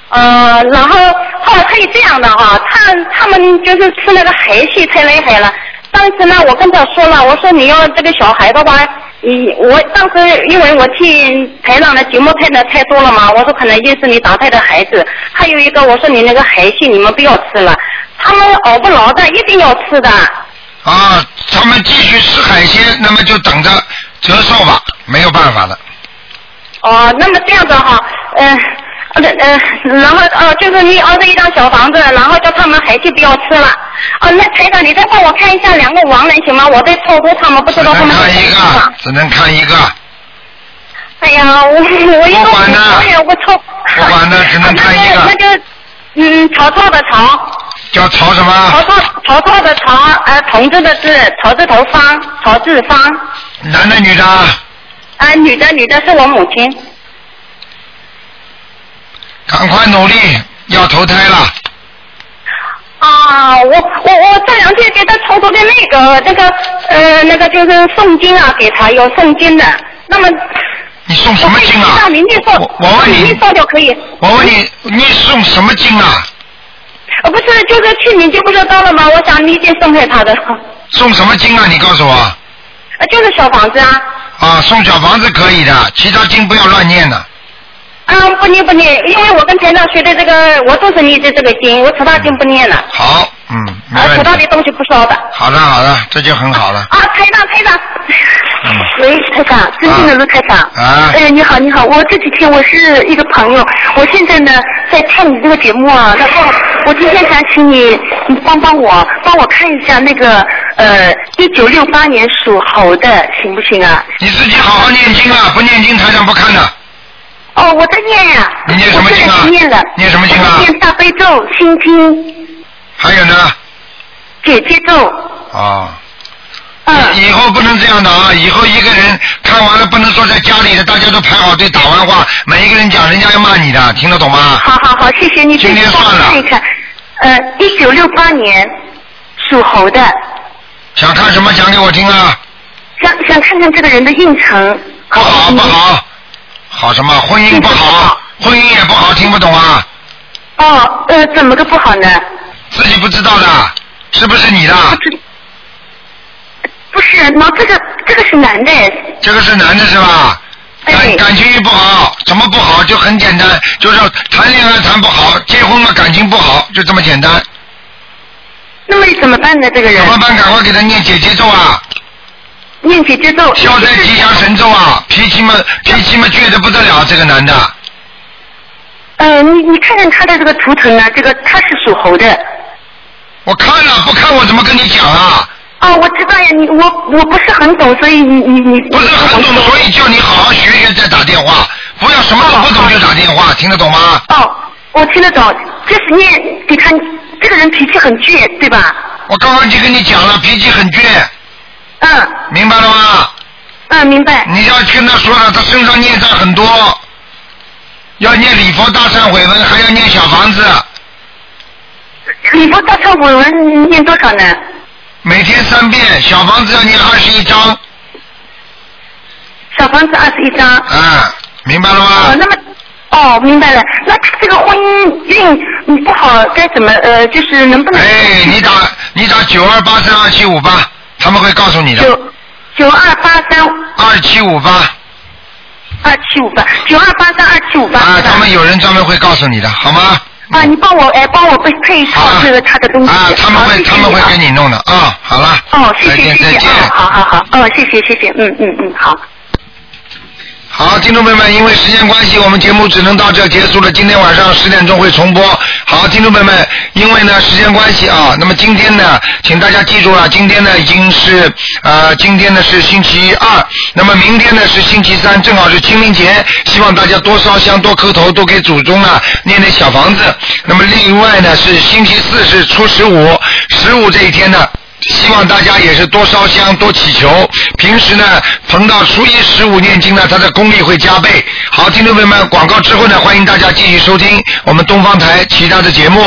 呃，然后后来可以这样的哈、他他们就是吃那个海气太厉害了。当时呢，我跟他说了，我说你要这个小孩的话，你我当时因为我听台长的节目看的太多了嘛，我说可能就是你打胎的孩子，还有一个我说你那个海气你们不要吃了，他们熬不牢的，一定要吃的。啊，他们继续吃海鲜，那么就等着折寿吧，没有办法的。哦，那么这样子哈，嗯、呃，呃，然后呃，就是你二十一张小房子，然后叫他们还是不要吃了。哦，那台长，你再帮我看一下两个亡人行吗？我在凑合他们，不只知道他能们看在一干嘛个，只能看一个。哎呀，我我一不个管呢我也我凑，啊不管的， 只能看一那那个，就嗯，曹操的曹，叫曹什曹么？操曹操的曹，呃，同志的志，曹字头方，曹志方，啊、男的女的？啊女的女的是我母亲，赶快努力，要投胎了。啊，我我我这两天给他抽出的那个那个呃那个就是诵经啊，给他有诵经的。那么你送什么经啊？让您去诵，我我问你您去诵就可以。我问你，你送什么经啊？呃，不是，就是去年就不知道了吗？我想你已经送给他的， 送什么经啊？你告诉我。呃，就是小房子啊。啊，送小房子可以的，其他经不要乱念的。嗯，不念不念，因为我跟田长学的这个，我都是念的这个经，我其他经不念了，好，嗯，没呃，其问他题的。东西不烧的。好的，好的，这就很好了。哦啊，台长，台长。嗯喂，台长，尊敬的卢台长。啊哎，你好，你好，我这几天我是一个朋友，我现在呢在看你这个节目啊，然后我今天想请你，你帮帮我，帮我看一下那个呃，一九六八年属猴的，行不行啊？你自己好好念经啊，不念经台上不看的。哦，我在念呀、你念什么经啊我现在念了，念什么经啊我在念大悲咒、心经、还有呢？姐姐咒。啊。嗯，以以后不能这样的啊！以后一个人看完了不能坐在家里的，大家都排好队打完话，每一个人讲，人家要骂你的，听得懂吗？好好好，谢谢你，今天帮我算了看一看，呃，一九六八年属猴的，想看什么讲给我听啊！想想看看这个人的运程不好好嗯不好，好什么？婚姻不好，婚姻也不好，听不懂啊！哦，呃，怎么个不好呢？自己不知道的，是不是你的？不知不是，那这个这个是男的，这个是男的是吧？感哎感情一不好，怎么不好？就很简单，就是谈恋爱谈不好，结婚了感情不好，就这么简单。那么怎么办呢？这个人怎么办？赶快给他念姐姐咒啊，念姐姐咒，消灾吉祥神咒啊！脾气嘛，脾气嘛，倔得不得了，这个男的。呃，你你看看他的这个图腾呢，啊这个他是属猴的。我看了，不看我怎么跟你讲啊？哦，我知道呀，你我我不是很懂，所以你你你不是很懂，所以叫你好好学学再打电话，不要什么都不懂就打电话，听得懂吗？哦，我听得懂，就是念给他，这个人脾气很倔，对吧？我刚刚就跟你讲了，脾气很倔，嗯明白了吗？嗯，明白。你要跟他说了，他身上孽障很多，要念礼佛大忏悔文，还要念小房子，礼佛大忏悔文念多少呢？每天三遍，小房子要念二十一章，小房子二十一张。啊，明白了哦，吗？那么哦，明白了。那他这个婚姻运嗯不好，该怎么呃，就是能不能？哎，你打你打九二八三二七五八，他们会告诉你的。九九二八三二七五八二七五八，九二八三二七五八。啊，是吧他们有人专门会告诉你的，好吗？啊，你帮我哎，帮我配配一套啊这个他的东西。啊，他们好会谢谢他们会啊给你弄的啊。好了，哦，谢再谢见谢再谢见。哦，好好好，哦，谢谢谢谢，嗯嗯嗯，好。好，听众朋友们，因为时间关系，我们节目只能到这结束了。今天晚上十点钟会重播。好，听众朋友们，因为呢时间关系啊，那么今天呢，请大家记住了，今天呢已经是呃，今天呢是星期二，那么明天呢是星期三，正好是清明节，希望大家多烧香、多磕头、多给祖宗啊念念小房子。那么另外呢是星期四是初十五，十五这一天呢。希望大家也是多烧香、多祈求。平时呢，逢到初一十五念经呢，它的功力会加倍。好，听众朋友们，广告之后呢，欢迎大家继续收听我们东方台其他的节目。